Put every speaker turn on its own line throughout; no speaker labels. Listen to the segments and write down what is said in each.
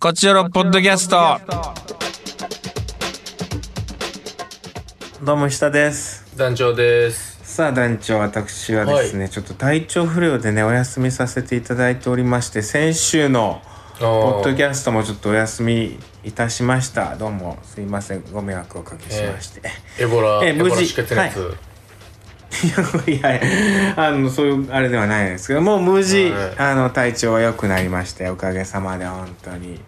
こちらのポッドキャスト。
どうも下です
団長です。
さあ団長私はですね、ちょっと体調不良でねお休みさせていただいておりまして先週のポッ
ポ
ドキャストもちょっとお休みいたしましたどうもすいませんご迷惑をおかけしまして、
エボラ、
え
エボ
無
ラ
事
出血熱。
いやいやあのそういうあれではないですけどもう無事、
はい
あの体調は良くなりましておかげさまで本当に
よかった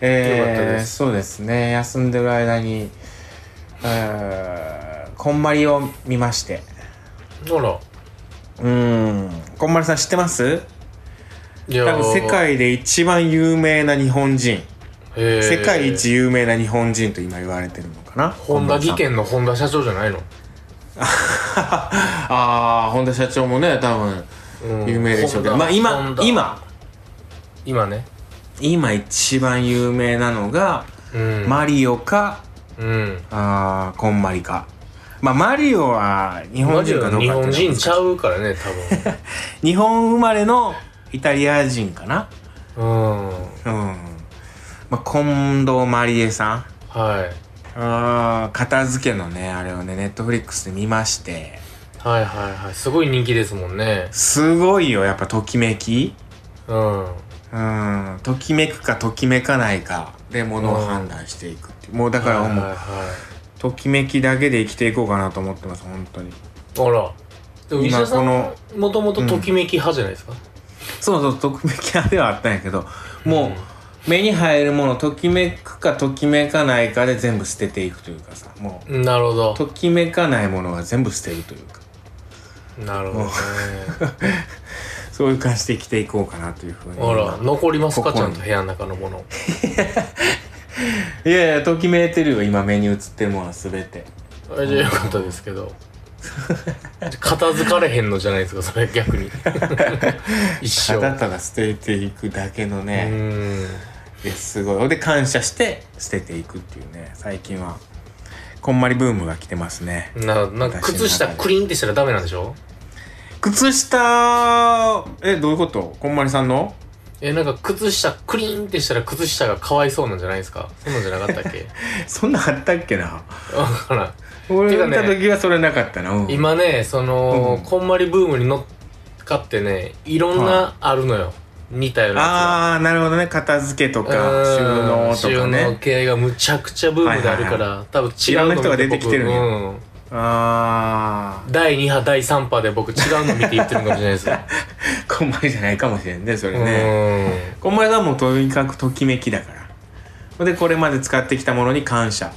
え
で
ー、
す
そうですね休んでる間にえーこんまりを見まして
ほら。
うんこんまりさん知ってます
いや
多分世、界で一番有名な日本人
へー
世界。一有名な日本人と今言われてるのかな
本田
こんまりさ
技
ん
研の本田社長じゃないの。
ああ本田社長もね多分
うん
有名でしょうけど、
本
まあ
田
今
本田
今
今ね。
今一番有名なのが、
うん。
マリオか
うん。
あーこんまりかまあマリオは日本人かどうかって
日
いうのは
本人ちゃうからね、
日本生まれのイタリア人かな
多 分。うん。
うんまあ近藤マリエさん
はい。
あー片付けのねあれをねネットフリックスで見まして
はいはいはい。すごい人気ですもんね。
すごいよやっぱときめき
うん。
うんときめくかときめかないかでものを判断していくっていうもうだから
はい
も
はいうは
ときめきだけで生きていこうかなと思ってます本当に
い。ほら。でも石田さん
今
ももともとときめき派じゃないですか。
そうそうときめき派ではあったんやけどもう目に入るものときめくかときめかないかで全部捨てていくというかさも
なるほ
う
ど。
ときめかないものは全部捨てるというか
なるほ どね。
そういう感じで生きていこうかなというふうに
ほら、残ります
こ
か
こ
ち
に
ゃんと部屋の中のもの。
いやいやときめいてるよ今目に映ってるものは全て
あれじゃよかったですけ ど片付かれへんのじゃないですかそれ 逆に一
た
生
だただ捨てていくだけの
う
ね、
ーん
ですごいで感謝して捨てていくっていうね最近はこんまりブームが来てますね
ななんか靴下クリンってしたらダメなんでしょ
靴下えどういうことこんまりさんの
えなんか靴下クリンってしたら靴下がかわいそうなんじゃないですかそんなんじゃなかった っけ
そんなんあったっけな
分からん
俺が見た
てかね
時はそれなかったな、うん
今ねその、
うん
こんまりブームに乗っかってねいろんなあるのよ、似たようなやつが
ああなるほどね片付けとか収
う
納
ん
とか
収納
ね
系がむちゃくちゃブームであるから、
はいは
多分違うの
いろんな人が出てきてるんや
うん
あ
第2波第3波で僕違うの見ていってるかもしれないですよ
あこんまりじゃないかもしれんねそれ ね
ね
こんまりがもうとにかくときめきだからでこれまで使ってきたものに感謝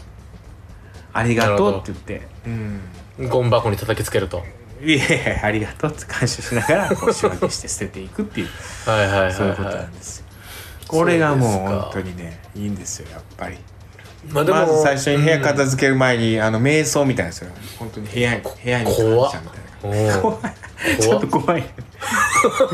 ありがとうって言ってうん
ゴミ箱に叩きつけると
いえいえありがとうって感謝しながらこう仕分けして捨てていくっていう
はいはいはい、はい、
そういうことなんですよこれがもう
そうですか
本当にねいいんですよやっぱり
まあでも
まず最初に部屋片
付
付ける前に、あの瞑想みたいなですよ本当に部屋に部屋に感
怖っ
謝みたいな
け、うん怖い
ちょっと 怖いちょっと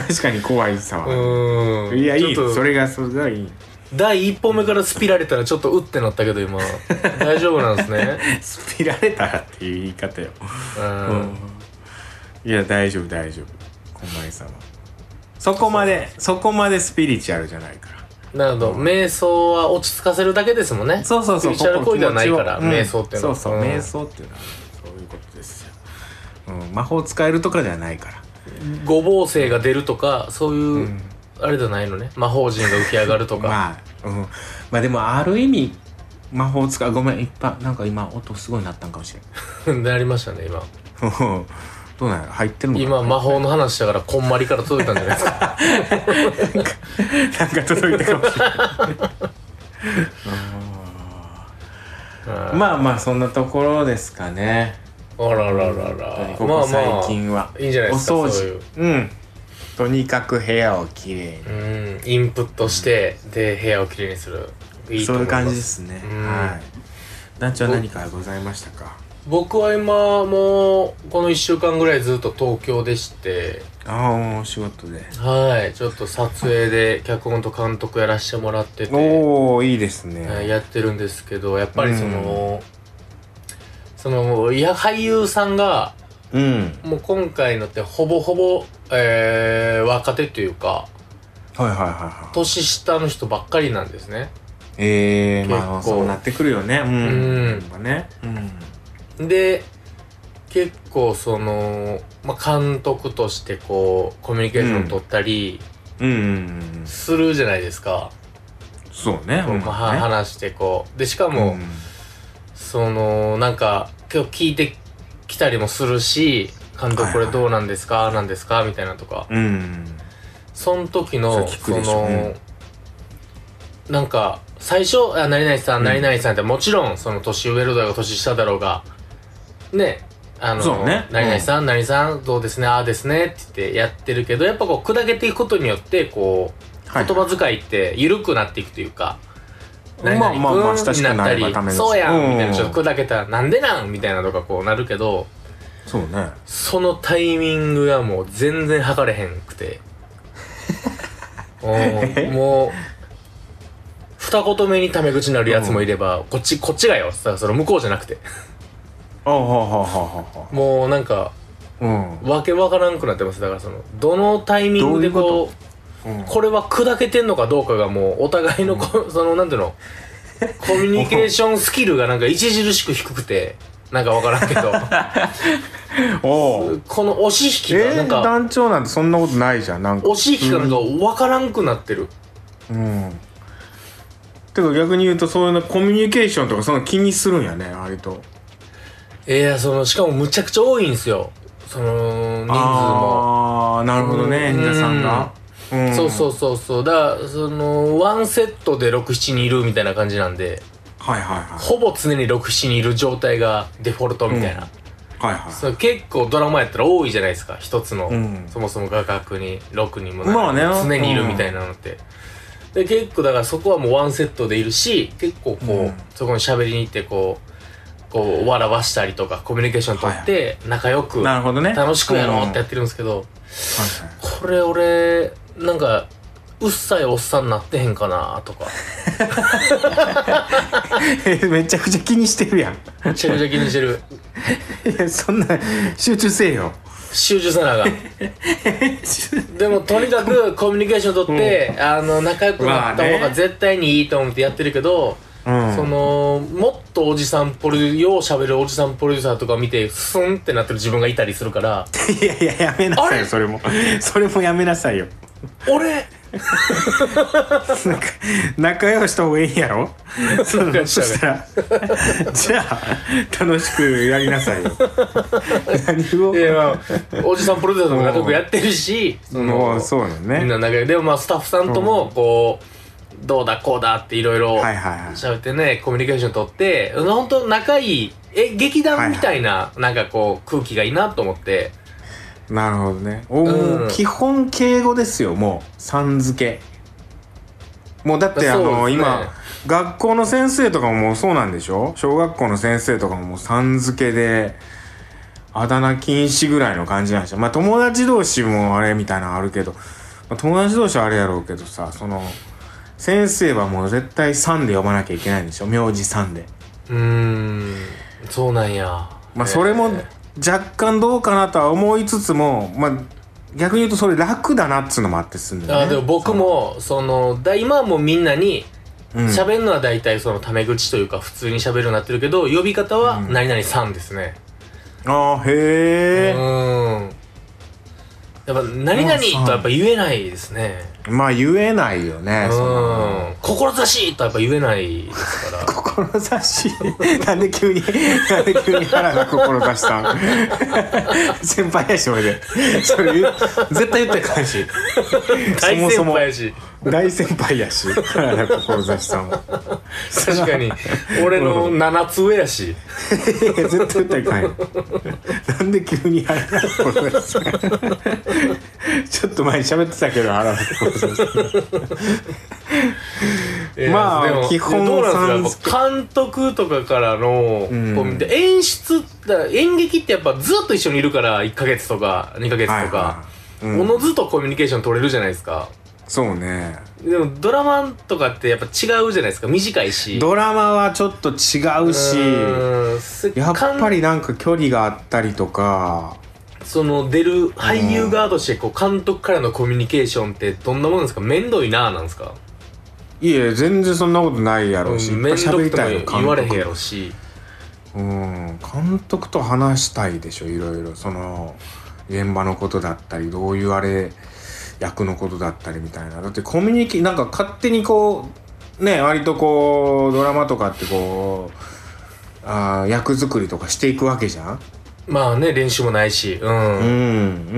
確かに怖いさは、
うん
いやいい
ちょっと
それがそれがいい
第一歩目からスピられたらちょっとうってなったけ ど今大丈夫なんですね
スピられたらっていう言い方よ、
うん、
うんいや大丈夫大丈夫こんまりさんはそこまでそこまでスピリチュアルじゃないから
なるほど瞑想は落ち着かせるだけですもんね
そうそうそう。
スピリチュアル行為ではないから、
ここ
瞑想っていうの
う
は
んそうそう、
ん
瞑想っていうのはねそういうことですよ。うん、魔法使えるとかではないから。
ごぼう星が出るとかそういう、あれじゃないのね魔法陣が浮き上がるとか、
まあ、うん、まあでもある意味魔法使うごめんいっぱいなんか今音すごいなったんかもしれん。
なりましたね今
どうなんやろ入ってるのかな
今魔法の話だからこんまりから届いたんじゃないですか
なんか届いたかもしれ ないまあまあそんなところですかね
あららら
本
ら
当にここ最近は、
まあまあいいんじゃないですか
お掃除
そういう
うんとにかく部屋をきれいに
うんインプットして、で部屋をきれいにするいい
そ
と
うい
思
う
います
感じですね。
うん
はい。団長何かございましたか。
僕は今もうこの1週間ぐらいずっと東京でして
ああ、お仕事で。
はいちょっと撮影で脚本と監督やらせてもらってて
おお、いいですね。
はいやってるんですけどやっぱりその、そのいや俳優さんが
うん。
もう今回のってほぼほぼ、えー若手というか
はいはいはいはい
年下の人ばっかりなんですね。
ええまあ
結構
そうなってくるよねうん
うん
やっぱねうん
で、結構その、まあ、監督としてこう、コミュニケーション取ったり
うんうんうん
するじゃないですか。
そうね
こう
うん
は話してこう。で、しか
ね
も、
ん
その、なんか、今日聞いてきたりもするし、監督これどうなんですか、なんですかみたいなとか。
うん
その時
それ
の、
聞
そ
くでしょ
の、なんか、最初、あ、何々さ
うん
ん、何々さんって、もちろん、その、年上だろうが、年下だろうが、ね、あ
そう
の、
ね
何々さん、何々さん、どうですね、ああですね、って言ってやってるけど、やっぱこう、砕けていくことによって、こう、
はい
言葉遣いって、緩くなっていくというか、
まあまあまあ
君
親しくなればダメです
そうやん、
うん
みたいな、ちょっと砕けたら、なんでなんみたいなのがこうなるけど、
そうね
そのタイミングがもう全然測れへんく て。うんもう、二言目にタメ口になるやつもいれば、こっち、こっちがよ。だからその向こうじゃなくて。
あはははは
もうなんか、
は
わけわからんくなってます。だからその、どのタイミングで
どういう
こう、
うんうん
これは砕けてんのかどうかがもう、お互いのこ、 その、なんていうの、コミュニケーションスキルがなんか著しく低くて、なんかわからんけ ど、
おう
この押し引きが
え
なん
ー、
か、
団長なんてそんなことないじゃんなんか
押し引きがなんかわからんくなってる。
うんてか逆に言うとそういうのコミュニケーションとかその気にするんやね割と
いやそのしかもむちゃくちゃ多いんですよその人数も、
ああなるほどね
うん
皆さんがうん
そうそううそうそうだからそのワンセットで67人いるみたいな感じなんで
はいはいはい
ほぼ常に67人いる状態がデフォルトみたいな、
はいはい
その結構ドラマやったら多いじゃないですか一つの、
うん
そもそも画角に6人も
まあね
7人も常にいるみたいなのって、で結構だからそこはもうワンセットでいるし結構こう、
うん
そこに喋りに行ってこうこう笑わしたりとかコミュニケーション取って仲良く、
なるほどね
楽しくやろうってや
ん
っ、てるんですけど、
はいはい
これ俺なんかうっさいおっさんなってへんかなとか
え めちゃくちゃ気にしてるやん
めちゃくちゃ気にしてる
いやそんな集中せえよ
集中せなあかんでもとにか くコミュニケーション取って、あの仲良くなった方
まあ
が
ね
絶対にいいと思ってやってるけど、
うん
そのもっとおじさんプロデュよう喋るおじさんプロデューサーとか見てスンってなってる自分がいたりする から
いやいややめなさい
あ
よ
れ
それも それもやめなさいよ
俺
なんか仲良くした方がいいんやろその
仲良く
そ
し
したら じゃあ楽しくやりなさいよ何を
いやまあおじさんプロデューサーとか仲良くやってるしそ
も
の
う そうだ
みん
ね
な仲良いでもまあスタッフさんともこう、どうだこうだっていろいろ
はいはいはい
喋ってねコミュニケーション取って本当仲いいえ劇団みたいな、なんかこう空気がいいなと思って
なるほどねおもう
うん
基本敬語ですよもうさん付けもうだってあ
そ
の、
うですね
今学校の先生とかももうそうなんでしょ小学校の先生とかももうさん付けであだ名禁止ぐらいの感じなんでしょまあ友達同士もあれみたいなのあるけど、まあ友達同士はあれやろうけどさその先生はもう絶対「さん」で呼ばなきゃいけないんでしょ名字「さん」で。
うーんそうなんや
まあそれも
え
若干どうかなとは思いつつも、まあ逆に言うとそれ楽だなっつうのもあってすん
ー
だよね。
あでも僕もそのだ今はもうみんなに
うん、
喋るのは大体そのタメ口というか普通に喋るようになってるけど呼び方は
うん
何々さんですね
あー
う
へえ、
ーんやっぱ何々とはやっぱ言えないですね、
まあ言えないよね。その
うん志とはやっぱ言えないですから
志なんで急になんで急に原田志さん 先輩やし俺でそれ言う絶対言ってかんし
大先輩やし
大先輩やし原田志さんも
確かに俺の7つ 上やし
いや絶対歌いかんよなんで急にあれなのこれですかちょっと前に喋ってたけどあら
いや
まあ
でも
基本
どうなんです
さん付
かやっぱ監督とかからの、
ん
こう見て演出だ演劇ってやっぱずっと一緒にいるから1ヶ月とか2ヶ月とか、
い
おの
うん、
ずとコミュニケーション取れるじゃないですか
そうね
でもドラマとかってやっぱ違うじゃないですか短いし
ドラマはちょっと違うし
うーんせ
やっぱりなんか距離があったりとか
その出る俳優側としてこう監督からのコミュニケーションってどんなもんですかめんどいなぁなんですか
いえ全然そんなことないやろうし、
う
い
んめ
っ
ん
ぱい
ど
喋
く
り
とも
たいよ
言われへんや
監
ろし
督うん監督と話したいでしょいろいろその現場のことだったりどういうあれ役のことだったりみたいなだってコミュニケなんか勝手にこうね割とこうドラマとかってこうあー役作りとかしていくわけじゃん
まあね練習もないしう
う
ん、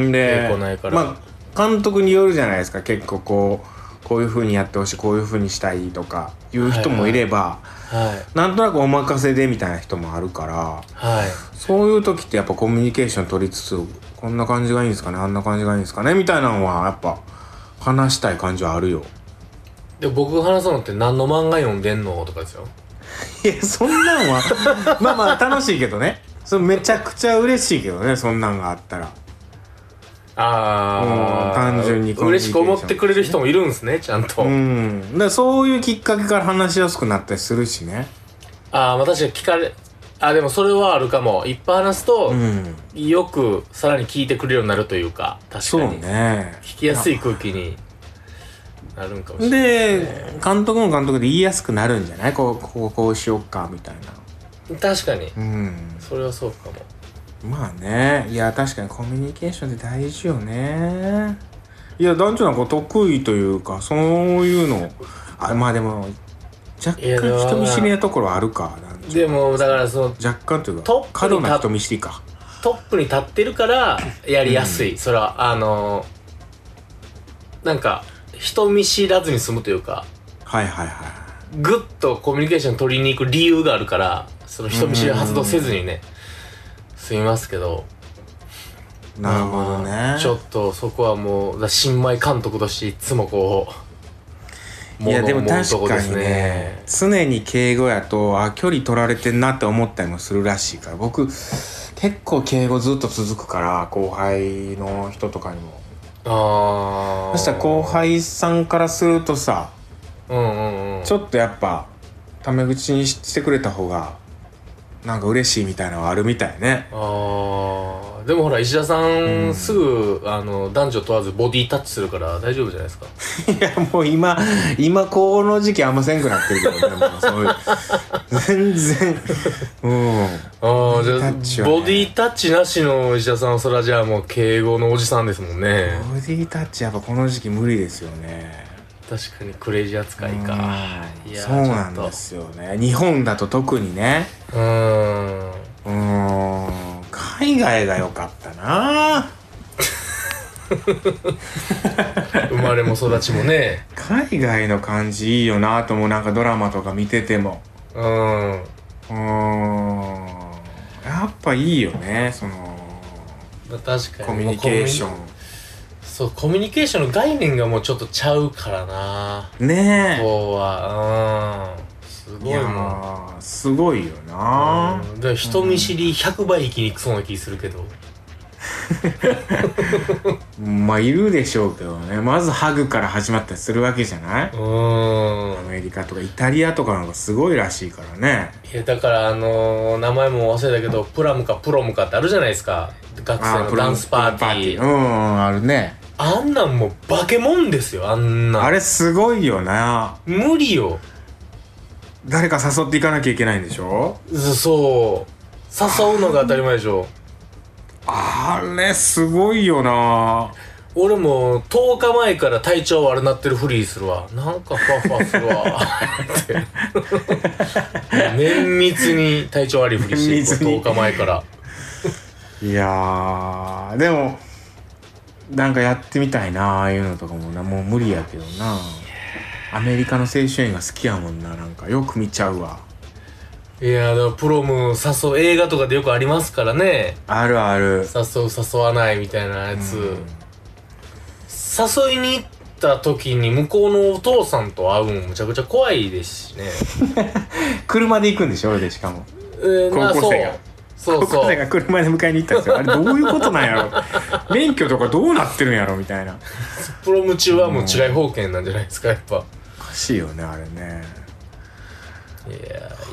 ん、で
抵抗ないから
まあ、監督によるじゃないですか結構こうこういう風にやってほしいこういう風にしたいとかいう人もいれば、
はい
なんとなくお任せでみたいな人もあるから
はい
そういう時ってやっぱコミュニケーション取りつつこんな感じがいいんですかねあんな感じがいいんですかねみたいなのはやっぱ話したい感じはあるよ。
で僕が話すのって何の漫画読んでんのとかですよ
いやそんなんは まあまあ楽しいけどねそれめちゃくちゃ嬉しいけどねそんなんがあったら。
ああ
うん単純にコミュニケー
嬉
ション
しく思ってくれる人もいるんですねちゃんと、
うん、だからそういうきっかけから話しやすくなったりするしね。
ああまあ確かに聞かれあでもそれはあるかもいっぱい話すと、
うん、
よくさらに聞いてくれるようになるというか確
そう
かに、
ね。
聞きやすい空気になるんかもしれない
で、監督も監督で言いやすくなるんじゃないこう、こう、こうしよっか、みたいな。
確かに
うん。
それはそうかも
まあね。いや、確かにコミュニケーションって大事よね。いや、団長なんか得意というか、そういうの、あ、まあでも、若
いやでも
干人見知りなところあるか、団長。
でもだからその
若干という
トップ
か
に、
過度な
立
人見知りか。
トップに立ってるからやりやすい、それはあのなんか人見知らずに済むというか
はいはいはい。
ぐっとコミュニケーション取りに行く理由があるからその人見知り発動せずにね済みますけど
なるほど
ま
ね
あ。ちょっとそこはもうだから新米監督としていつもこう
いや
物
で
を
も
思うと
確
こで
か
す
にね常に敬語やとあ距離取られてんなって思ったりもするらしいから僕結構敬語ずっと続くから後輩の人とかにも
あ
そ
あ
したら後輩さんからするとさ
うんうんうん
ちょっとやっぱタメ口にしてくれた方がなんか嬉しいみたいなのはあるみたいね
あーでもほら石田さん、すぐあの男女問わずボディタッチするから大丈夫じゃないですか
いやもう今今この時期あんませんくなってるけどねもうそういう全然うん
ああじ
ボディタッチ
ゃあ
はね
ボディタッチなしの石田さんはそれはじゃあもう敬語のおじさんですもんね
ボディタッチやっぱこの時期無理ですよね
確かにクレイジー扱いか
うん
いや
そうなんですよね日本だと特にね
うーん
うーん海外が良かったな
生まれも育ちもね
海外の感じいいよなともなんかドラマとか見てても
うん
うーんやっぱいいよねその
まあ確かに
コミュニケーショ
もうコミュニ
ン
そうコミュニケーションの概念がもうちょっとちゃうからな
ねえ
こうはうんす
い
ごい
や
もん
ーすごいよな
うんだから人見知り100倍生きにくそうな気するけど、
まあいるでしょうけどねまずハグから始まったりするわけじゃないう
ー
ア
ん
メリカとかイタリアとかなんかすごいらしいからね
いやだからあのー名前も忘れたけどプラムかプロムかってあるじゃないですか学生
ー
のダンスパーティー
うんうんあるね
あんなんもう化け物ですよあんなん
あれすごいよな
無理よ
誰か誘っていかなきゃいけないんでしょ
ずそう誘うのが当たり前でしょ
あれすごいよな
俺も10日前から体調悪なってるフリーするわなんかふわふわする わって 綿密に体調悪いフリして
綿
い
密に
こう10日前から
いやーでもなんかやってみたいなああいうのとかもなもう無理やけどなアメリカの青春映画好きやもんななんかよく見ちゃうわ
いやでもプロム誘う映画とかでよくありますからね
あるある
誘う誘わないみたいなやつ、誘いに行った時に向こうのお父さんと会うのむちゃくちゃ怖いですしね、
車で行くんでしょでしかも
えーな
高校生が
そうそう
高校
そ
生
う
が車で迎えに行ったんですよあれどういうことなんや ろ免許とかどうなってるんやろみたいな
プロム中はもう違い保険なんじゃないですかやっぱ
おかしいよねあれね
いや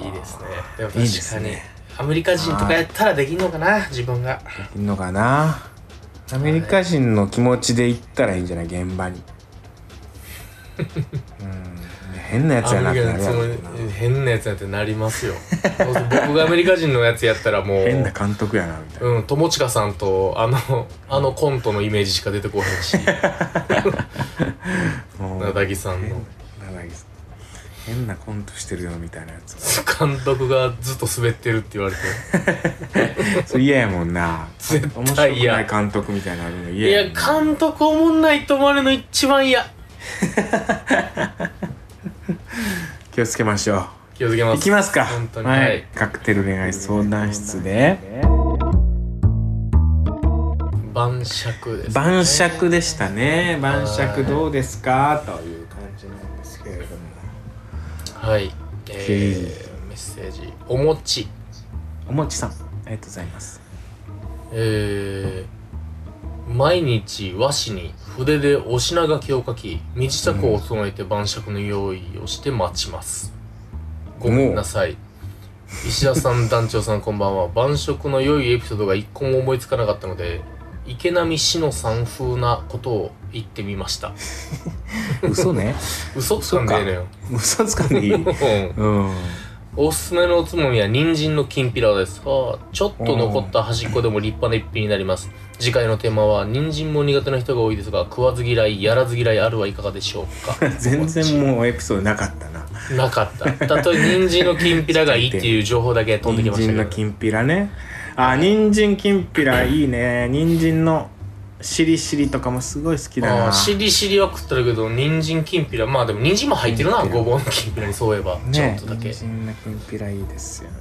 ーいいですねでも確かに
いいですね
アメリカ人とかやったらできんのかな自分が
いんのかなアメリカ人の気持ちで行ったらいいんじゃない現場にうん変なやつやなくなるや
そ
ろ
の
うな
変なやつやってなりますよそうそう僕がアメリカ人のやつやったらもう
変な監督やなみたいな
うん、友近さんとあのあのコントのイメージしか出てこへ んし
もう
なだぎさんの
変な変なコントしてるよみたいなやつ
監督がずっと滑ってるって言われて
それ嫌やもんな
絶対
面白くな
嫌
い監督みたいなの
い
嫌
や
やもんな
監督おもんないと思われるの一番嫌
気をつけましょう
気をつけま
行
す
きますか
本当に
は
はいい、
カクテル恋愛相談室で
晩酌です、ね、
晩酌でしたね晩酌どうですかという感じなんですけれども
はい
へ
えー、メッセージお餅
おもちさんありがとうございます
えー、毎日和紙に筆でお品書きを書き身支度を備えて晩酌の用意をして待ちます、ごめんなさい石田さん団長さんこんばんは晩酌の良いエピソードが一個も思いつかなかったので池波志乃さん風なことを言ってみました
嘘ね
嘘つかんでええのよ
嘘つかんでいい
うん
うん
おすすめのおつまみは人参のきんぴらですがちょっと残った端っこでも立派な一品になります次回のテーマは人参も苦手な人が多いですが食わず嫌いやらず嫌いあるはいかがでしょうか
全然もうエピソードなかったな
なかったたとえ人参のきんぴらがいいっていう情報だけ飛んでき
人
ました
参
け
の
ど
きんぴらねあ人参きんぴらいいね人参のしりしりとかもすごい好きだ
あ
な
あしりしりは食ってるけど人参きんぴらまあでも人参も入ってるな
きんぴら
ごぼうのきんぴらにそういえば、ちょ
ね
っとだけ
人参のきんぴらいいですよね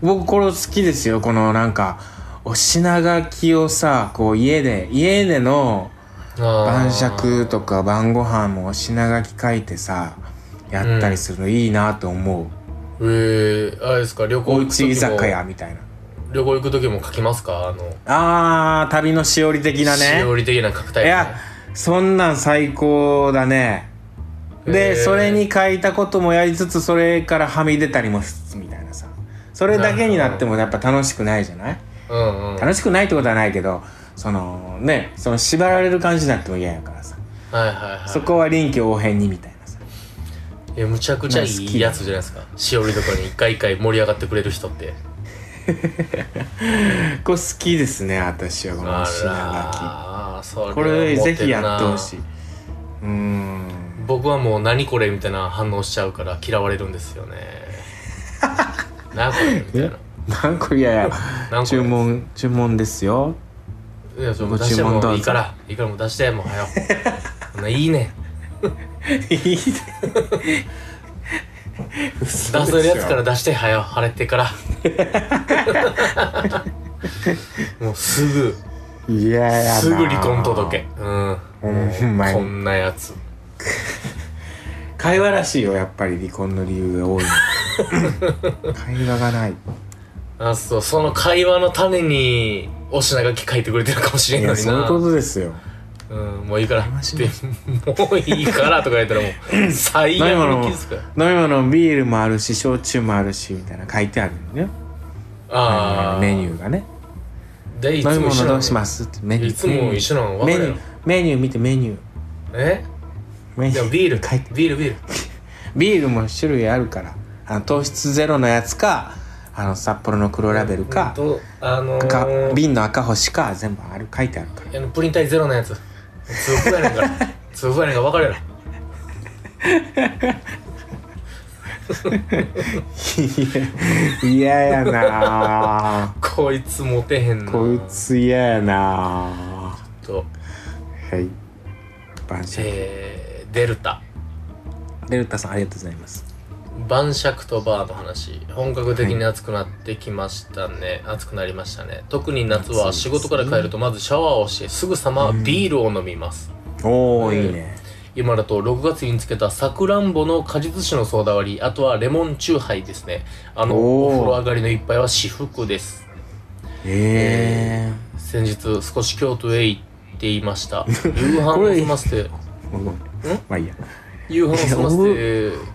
僕これ好きですよこのなんかお品書きをさこう家で家での晩
晩
酌とか晩ご飯もお品書き書いてさやったりするのいいなと思う、
えー、あれですか旅行
お
行
う
く
ち居
時も
酒屋みたいな
旅行行く時も書きますかあの
あー旅のしおり的なね
しおり的な書くタ
い
イプ、ね、
やそんなん最高だね
へ
で
ー
それに書いたこともやりつつそれからはみ出たりもしつつみたいなさそれだけになってもやっぱ楽しくないじゃない
うんうんはい
楽しくないってことはないけどそのねその縛られる感じになっても嫌やからさ
はいはい
そこは臨機応変にみたいなさ
えむちゃくちゃいいやつじゃないですかしおりとかに一回一回盛り上がってくれる人って
これ好きですね私はこの品
あらーそ
書
れ
きこれ
は持
ぜ
て
ひ
る
や
な
ってほしいうーん
僕はもう何これみたいな反応しちゃうから嫌われるんですよね何これみたい な
何個嫌や
何こ
注
れ
文注文ですよ
いやそれもう
ご
出して
注文
も
どうぞ
ういいからいいからもう出してもう早よそんないいね
いいね
出せるやつから出して早よ晴れてから もうすぐ
いややな
すぐ離婚届けうん、
うんほんまに
こんなやつ
会話らしいよやっぱり離婚の理由が多い の会話がない
あそうその会話の種にお品書き書いてくれてるかもしれ
い
んの
や
に
そういう
な
ことですよ
うんもういいから
話し
っ
ま
てもういいからとか言ったらもう最悪
飲み物
の
も
気
飲
づくから
み物ビールもあるし焼酎もあるしみたいな書いてあるのね
ああ
メニ
ュ
ューがね
ーでいつ
飲み
も一緒
物
な
ど
の
うしますってメニュー
いつも一緒なの分
メニ
かる
ュ
や
ーメニュー見てメニュー
ろえ
メニ
いや
ュー
ビール
書いて
ビールビール
ビールも種類あるからあの糖質ゼロのやつかあの札幌の黒ラベルか
うんとあのー
赤瓶の赤星か全部ある書いてあるから
あのプリン体ゼロのやつ痛風やねんから痛風やねんから分かるやろ
いや嫌やなあ
こいつモテへんな
こいつ嫌やなあ
と
はい晩酌
えー、デルタ
デルタさんありがとうございます
晩酌とバーの話本格的に暑くなってきましたね、暑くなりましたね特に夏は仕事から帰るとまずシャワーをしてすぐさまビールを飲みます、
おお、
うん
いいね
今だと6月につけたさくらんぼの果実酒のソーダ割りあとはレモンチューハイですねあの
おー
お風呂上がりの一杯は至福です
え
先日少し京都へ行っていました 夕飯を済ませて
えー、ごめんまあいいや
夕飯を済ませて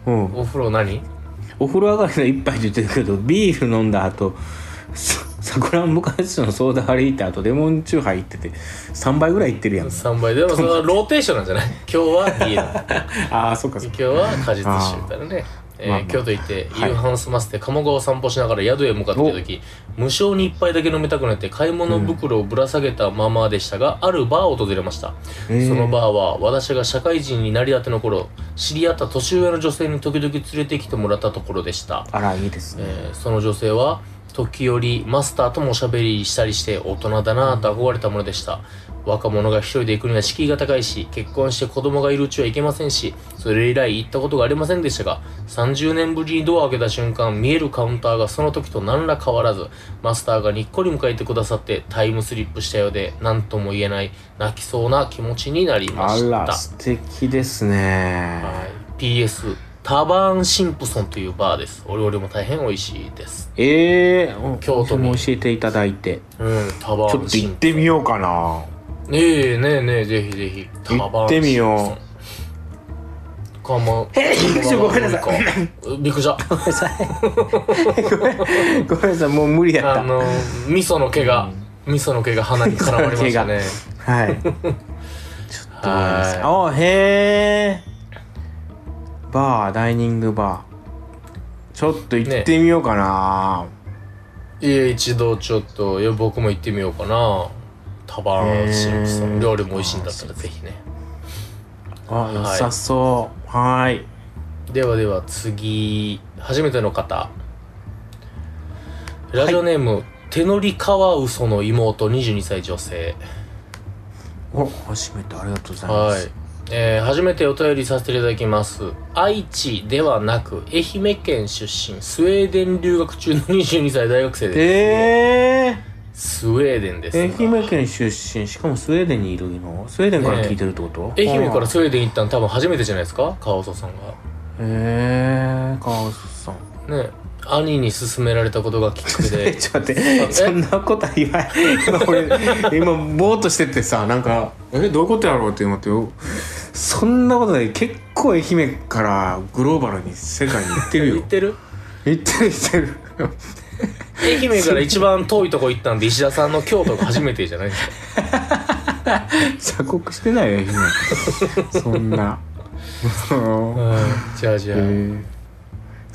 うん
お風呂何
お風呂上がりの一杯って言ってるけどビール飲んだ後ささくらんぼ果実のソーダ割り行った後レモンチューハイ行ってて3倍ぐらい行ってるやん
3倍でもそれはローテーションなんじ ゃない今日はビール
ああそっかそっ
今
か
日は果実酒みたいなねえー
まあまあ
京都行って
はい
夕飯を済ませて鴨川を散歩しながら宿へ向かっている時無性に一杯だけ飲みたくなって買い物袋をぶら下げたままでしたが、あるバーを訪れました
そ
そのバーは私が社会人になりたての頃知り合った年上の女性に時々連れてきてもらったところでした、
あらいいですね
えーその女性は時折マスターともおしゃべりしたりして大人だなぁと憧れたものでした若者が一人で行くには敷居が高いし結婚して子供がいるうちはいけませんしそれ以来行ったことがありませんでしたが30年ぶりにドアを開けた瞬間見えるカウンターがその時と何ら変わらずマスターがにっこり迎えてくださってタイムスリップしたようで何とも言えない泣きそうな気持ちになりま
あ
した
ら素敵です
は
ね
い PS タバーンシンプソンというバーですお料理も大変美味しいです
ええー、
京都に
も教えていただいて
うんタバ
ちょ
ー
っ
ン
と
シ
行
ン
っ
プ
てみようかな
ソンねえねえねえぜひぜひタバー
行っ
ンシンプソン
てみよ
かま
びっくりしたごめんなさい
いびっくりした
ごめんなさいごめんなさいもう無理やった
あの味噌の毛が、味噌の毛が鼻に絡まり ましたね
はい。ちょっとごめんなさい。
はい
ああ、へえ。バー、ダイニングバー。ちょっと行ってみようかな。
いや一度ちょっといや僕も行ってみようかなタバーンシンプ
へ
ソ
え
ン料理も美味しいんだったらぜひね
あ、良さそう。はーい。
ではでは次初めての方ラジオネーム、手乗りカワウソの妹22歳女性
お、初めてありがとうございま
は
す。
い、えー初めてお便りさせていただきます愛知ではなく愛媛県出身スウェーデン留学中の22歳大学生です
え
スウェーデンで
ー、愛
すが
媛県出身、しかもスウェーデンにいるのスウェーデンから聞いてるってこと、
愛媛から
へ
スウェーデン行ったの多分初めてじゃないですかカワウソさんが
えー、カワウソさん。
ね兄に勧められたことがきっかけ
え
で
ちょっと待ってそんなことは言わない今俺今ぼーっとしててさなんかえどういうことやろうって思ってよそんなことない結構愛媛からグローバルに世界に行ってるよ
言ってる
行ってる行ってる
愛媛から一番遠いとこ行ったんで石田さんの京都が初めてじゃないです か
鎖国してないよ愛媛そん なうん
うんじゃあじゃ
へ
あ、
ー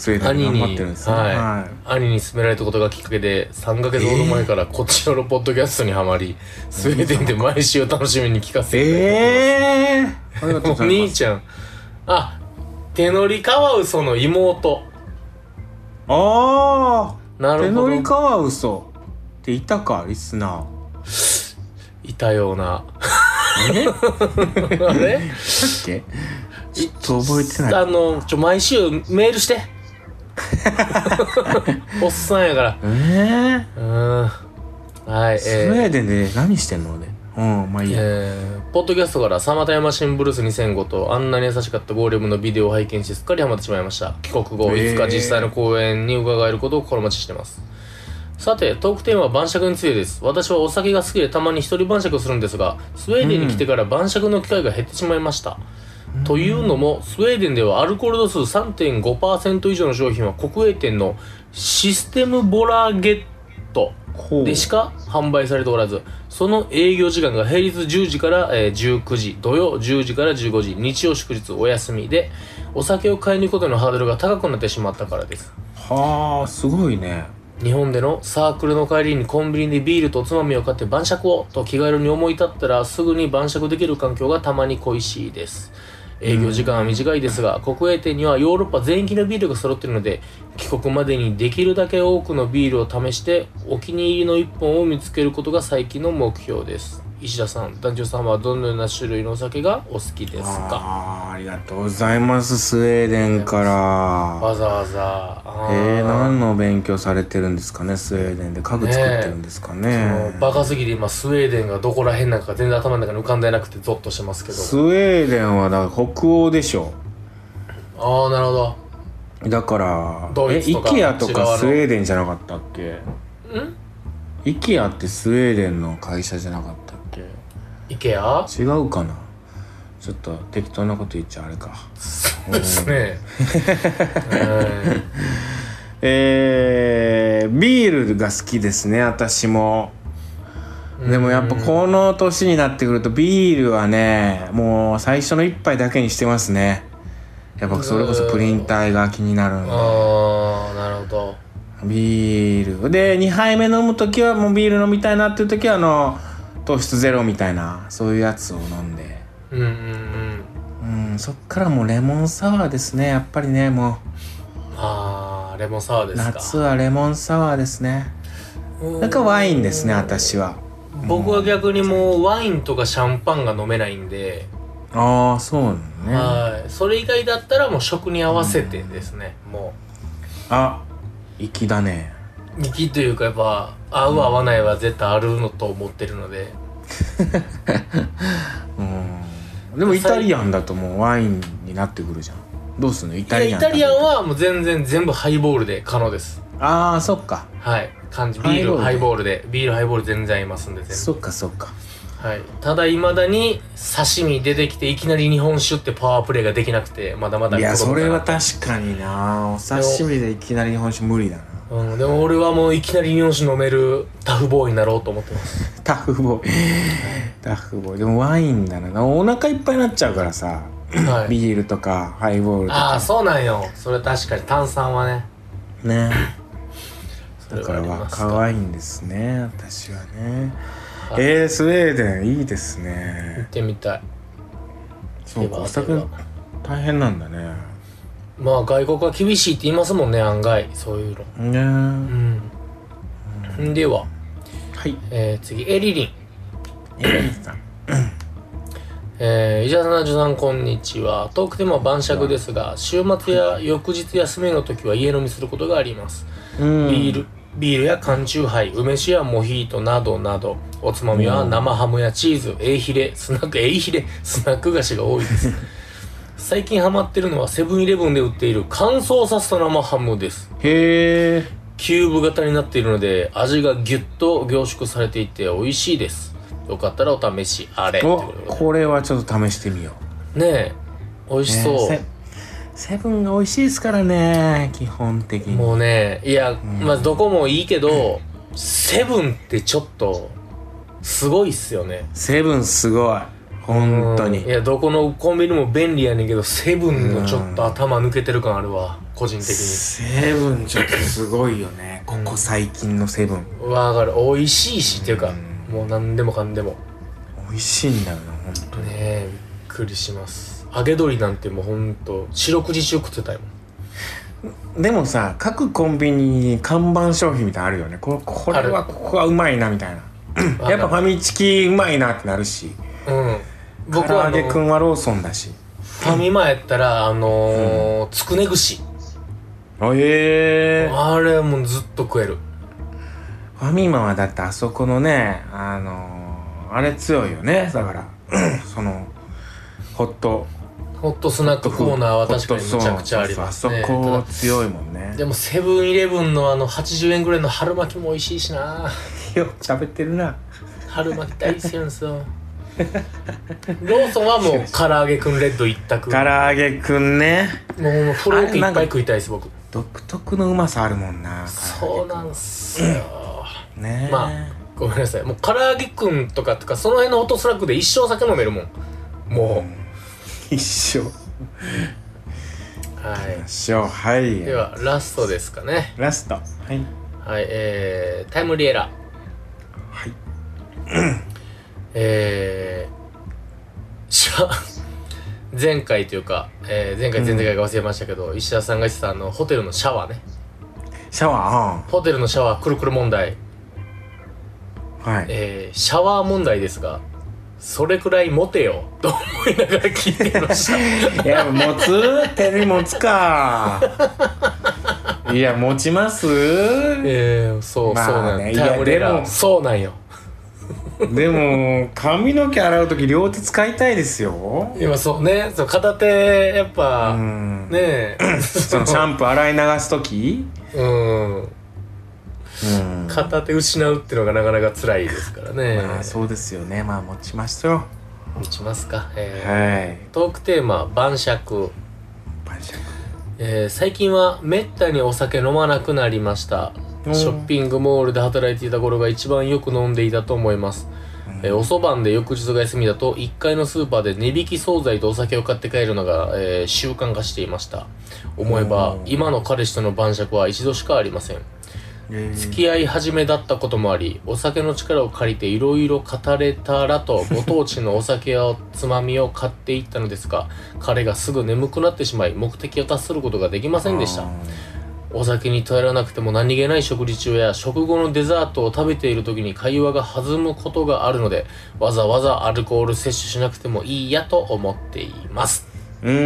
スウェーデン
兄
で頑張
に、
ってるんですね
は
はい
い、兄に勧められたことがきっかけで3ヶ月ほど前からこっちのポッドキャストにはまりスウェーデンで毎週楽しみに聞かせて
えー、ありがとうご
お
ざいま
兄
す
ちゃんあ手乗りカワウソの妹
あ
な
あ手
る
乗
ほ
り
ど
カワウソっていたかリスナー
いたような
え
あれ
だっけちょっと覚えてない。
あのちょ毎週メールして おっさんやから
えー、
うんはい
スウ
えー
ェーデンで何してんの俺。うん、まあいいや。
えーポッドキャストから「サマタヤマシンブルース2005」と「あんなに優しかったゴーレム」のビデオを拝見してすっかりハマってしまいました帰国後
えー
いつか実際の公演に伺えることを心待ちしてますさてトークテーマは晩酌についてです私はお酒が好きでたまに一人晩酌をするんですがスウェーデンに来てから晩酌の機会が減ってしまいました、というのもスウェーデンではアルコール度数3.5%以上の商品は国営店のシステムボラゲット
ほう
でしか販売されておらずその営業時間が平日10時から、えー19時土曜10時から15時日曜祝日お休みでお酒を買いに行くことのハードルが高くなってしまったからです
はあ、すごいね。
日本でのサークルの帰りにコンビニでビールとおつまみを買って晩酌をと気軽に思い立ったらすぐに晩酌できる環境がたまに恋しいです営業時間は短いですが国営店にはヨーロッパ全域のビールが揃っているので帰国までにできるだけ多くのビールを試してお気に入りの1本を見つけることが最近の目標です石田さん団長さんはどのような種類のお酒がお好きですか
ああ、ありがとうございます、スウェーデンから。
わざわざあ
えー、
ー
何の勉強されてるんですかね、スウェーデンで。家具作ってるんですかね。
バカすぎて今スウェーデンがどこら辺なのか全然頭の中に浮かんでなくてゾッとしてますけど
スウェーデンはだから北欧でしょ。
ああなるほど
だから、
ドイツとか
え IKEA と
違うあ
か
の
スウェーデンじゃなかったっけ ?IKEA ってスウェーデンの会社じゃなかったっけ
IKEA
違うかなちょっと適当なこと言っちゃあれか
そうですねはい
えービールが好きですね私もでもやっぱこの年になってくるとビールはねもう最初の一杯だけにしてますねやっぱそれこそプリン体が気になるんで
ああなるほど
ビールで2杯目飲む時はもうビール飲みたいなっていう時はあの糖質ゼロみたいなそういうやつを飲んで
うんうんうん
うんそっからもうレモンサワーですねやっぱりねも
ああレモンサワー
う
ですか
夏はレモンサワーですね
うん
なんかワインですね私は
僕は逆にもうワインとかシャンパンが飲めないんで、
ああそうなのね
はいそれ以外だったらもう食に合わせてですね、も
あ粋だね
う息というかやっぱ合う合わないは絶対あるのと思ってるので
うんでもイタリアンだともうワインになってくるじゃんどうすんのイ
いや
タリアン
イタ
食べ
リ
る
アンはもう全然全部ハイボールで可能です
ああそっか
はい感じビールハ
ハ
イ
イ
ボールでビールハイボール全然合いますんで全
そ
部、
っかそっか
はい、ただいまだに刺身出てきていきなり日本酒ってパワープレイができなくてまだまだ
いや
子
そ
供だな
れは確かになお刺身でいきなり日本酒無理だな
うん、でも俺はもういきなり日本酒飲めるタフボーイになろうと思ってます
タフボー イタフボーイでもワインだなお腹いっぱいになっちゃうからさ
はい
ビールとかハイボールと
ああ
か
そうなんよそれ確かに炭酸はね
ね
それ
だか
はあ
ら
ります
若ワインですね私はね
はい
えー、スウェーデンいいです
行っ
ね
てみたい
そうかお
で
酒
はでは
大変なんだね
まあ外国は厳しいって言いますもんね案外そういうの
ね
うんでは、
はい
えー、次エリリン
エリさん
えー、伊沢さん、ジョさん、こんにちは。遠くても晩酌ですが、週末や翌日休みの時は家飲みすることがあります。ビール、ビールや缶チューハイ、梅酒やモヒートなどなど、おつまみは生ハムやチーズ、エイヒレ、スナック、エイヒレ、スナック菓子が多い です。最近ハマってるのはセブンイレブンで売っている乾燥させた生ハムです。
へえ
キューブ型になっているので、味がギュッと凝縮されていて美味しいです。よかったらお試しあれ。
お
ということで
これはちょっと試してみよ
ねえ美味
う
しそう、
ねセセブンが美味しいですからね基本的に
もうねいや、まあどこもいいけど、セブンってちょっとすごいっすよね
セブンすごい本当
う
に
んいやどこのコンビニも便利やねんけどセブンのちょっと頭抜けてる感あるわ個人的に
セブンちょっとすごいよねここ最近のセブン
わかる美味しいしっていうか、
う
もう何でもかんでも
美味しいんだよな本当
ね
に
えびっくりします揚げ鶏なんてもうほんと四六時中食ってたよ
でもさ各コンビニに看板商品みたいなのあるよねここれ
あ
は
る
ここはうまいなみたいなやっぱファミチキうまいなってなるし
うん
唐
僕はあ
揚
の
げくんはローソンだし
ファミマやったらあのーつくね串
あええ
あれもうずっと食える
ファミマはだってあそこのねあのー、あれ強いよねだから そのホット
ホットスナックコーナーは確かにむちゃくちゃあります
ホッ
ね
トそうそうあそ
た
こ強いもんね
だでもセブンイレブンのあの80円ぐらいの春巻きも美味しい しな
よく喋ってるな
春巻き大好きなんですよローソンはもう唐揚げくんレッド一択
唐
も
揚げくんね
うフローテいっぱい食いたいです僕
独特のうまさあるもんな
そうなんすよ
うね
まあごめんなさいもう唐揚げくんとかとかその辺のホットスナックで一生酒飲めるもんも
一緒
うはい
一緒はい
ではラストですかね
ラストはい
はいえー、タイムリエラー
はい
えー、しゃ前回というか、えー前回前々回が忘れましたけど、石田さんが言ってたあのホテルのシャワーね
シャワ
ホテルのシャワーくるくる問題、
ーうんはい
えーシャワー問題ですがそれくらいモテよと思いながら聞いてました
いや持つ手に持つ かいや持ちます
えー、そう、
まあね
そうなん
いや
タイムリエラー
でも
そうなんよ
でも髪の毛洗う時両手使いたいですよ
今そうねそう片手やっぱ、
うん
ねえ
そのシャンプー洗い流す時
うん
うん
片手失うっていうのがなかなか辛いですからね、
まあそうですよねまあ持ちましょ
打ちますか、
う
えー
はい
トークテーマ「晩酌
晩酌」
えー最近はめったにお酒飲まなくなりました
うん
ショッピングモールで働いていた頃が一番よく飲んでいたと思います、えーおそばんで翌日が休みだと1階のスーパーで値引き惣菜とお酒を買って帰るのが、えー習慣化していました思えば
うん
今の彼氏との晩酌は一度しかありません
えー
付き合い始めだったこともありお酒の力を借りていろいろ語れたらと ご当地のお酒やつまみを買っていったのですが彼がすぐ眠くなってしまい目的を達することができませんでした
あ
お酒に頼らなくても何気ない食事中や食後のデザートを食べている時に会話が弾むことがあるのでわざわざアルコール摂取しなくてもいいやと思っていますも
ーうー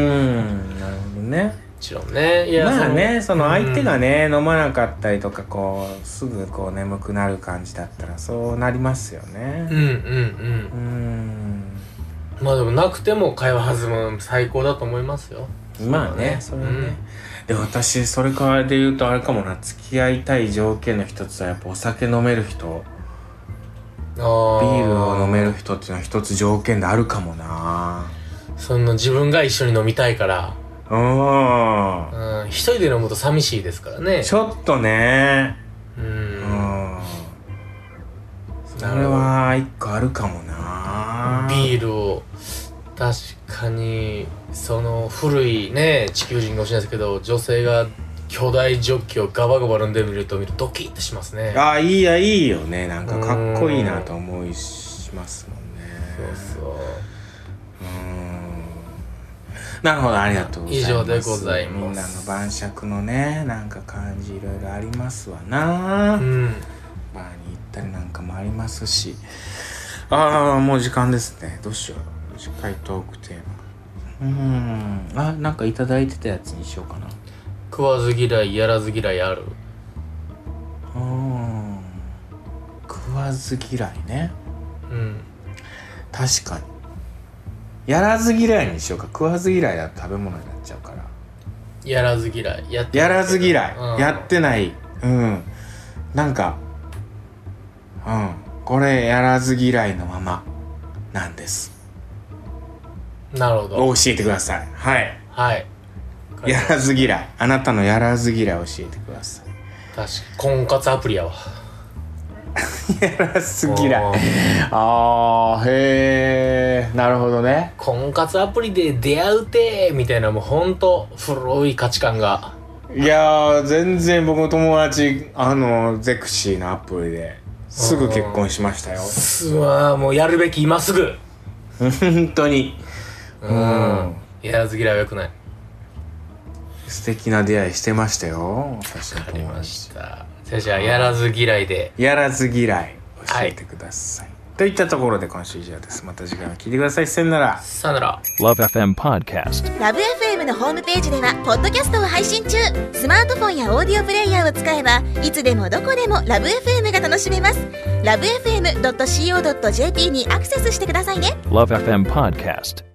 んなるほどね
ちろんねいや
まあねその相手が
ね
ね、飲まなかったりとかこうすぐこう眠くなる感じだったらそうなりますよ
うん
ね
うんうん
うーん
まあでもなくても会話弾む最高だと思いますよ
まあねそ
そう
れ
だ
は
ね
ね、で私それからで言うとあれかもな付き合いたい条件の一つはやっぱお酒飲める人
ビ
ビ
ー
ールを飲める人っていうのは一つ条件であるかもな
その自分が一緒に飲みたいから、
うーん
うん、一人で飲むと寂しいですからね
ちょっとね
う
うんんそれは一個あるかもな
ビールを確かにその古いね地球人かもしれないですけど女性が巨大ジョッキをガバガバ飲んでみると見るとドキッとしますね
あいいやいいよねなんかかっこいいなと思いしますもんね
そう
うーんなるほどありがとうございます
以上でございます
みんなの晩酌のねなんか感じいろいろありますわな、
そううん
バーに行ったりなんかもありますしああもう時間ですねどうしよう次回トークテーマうーんあなんかいただいてたやつにしようかな
食わず嫌いやらず嫌いある
うーん食わず嫌いね
うん
確かにやらず嫌いにしようか食わず嫌いだと食べ物になっちゃうから
やらず嫌いやって
やらず嫌い、
うん
やってないうんなんかうんこれやらず嫌いのままなんです
なるほど
教えてくださいはい
はい
やらず嫌いあなたのやらず嫌い教えてください
確か婚活アプリやわ
やらず嫌いあーへえなるほどね
婚活アプリで出会うてみたいなもうほんと古い価値観が
いやー全然僕の友達あのゼクシーのアプリですぐ結婚しましたよ
すわーもうやるべき今すぐ
本当に
うんやらず嫌いはよくない
素敵な出会いしてましたよ私の
あり
友
ま
達
したじゃあじゃあやらず嫌いで
やらず嫌い教えてください、といったところで今週以上ですまた次回も聞いてくださいせんなら
さよなら
Love FM Podcast.
ラブ f m のホームページではポッドキャストを配信中スマートフォンやオーディオプレイヤーを使えばいつでもどこでもラブ f m が楽しめますラブ FM.co.jp にアクセスしてくださいね
Love FM Podcast.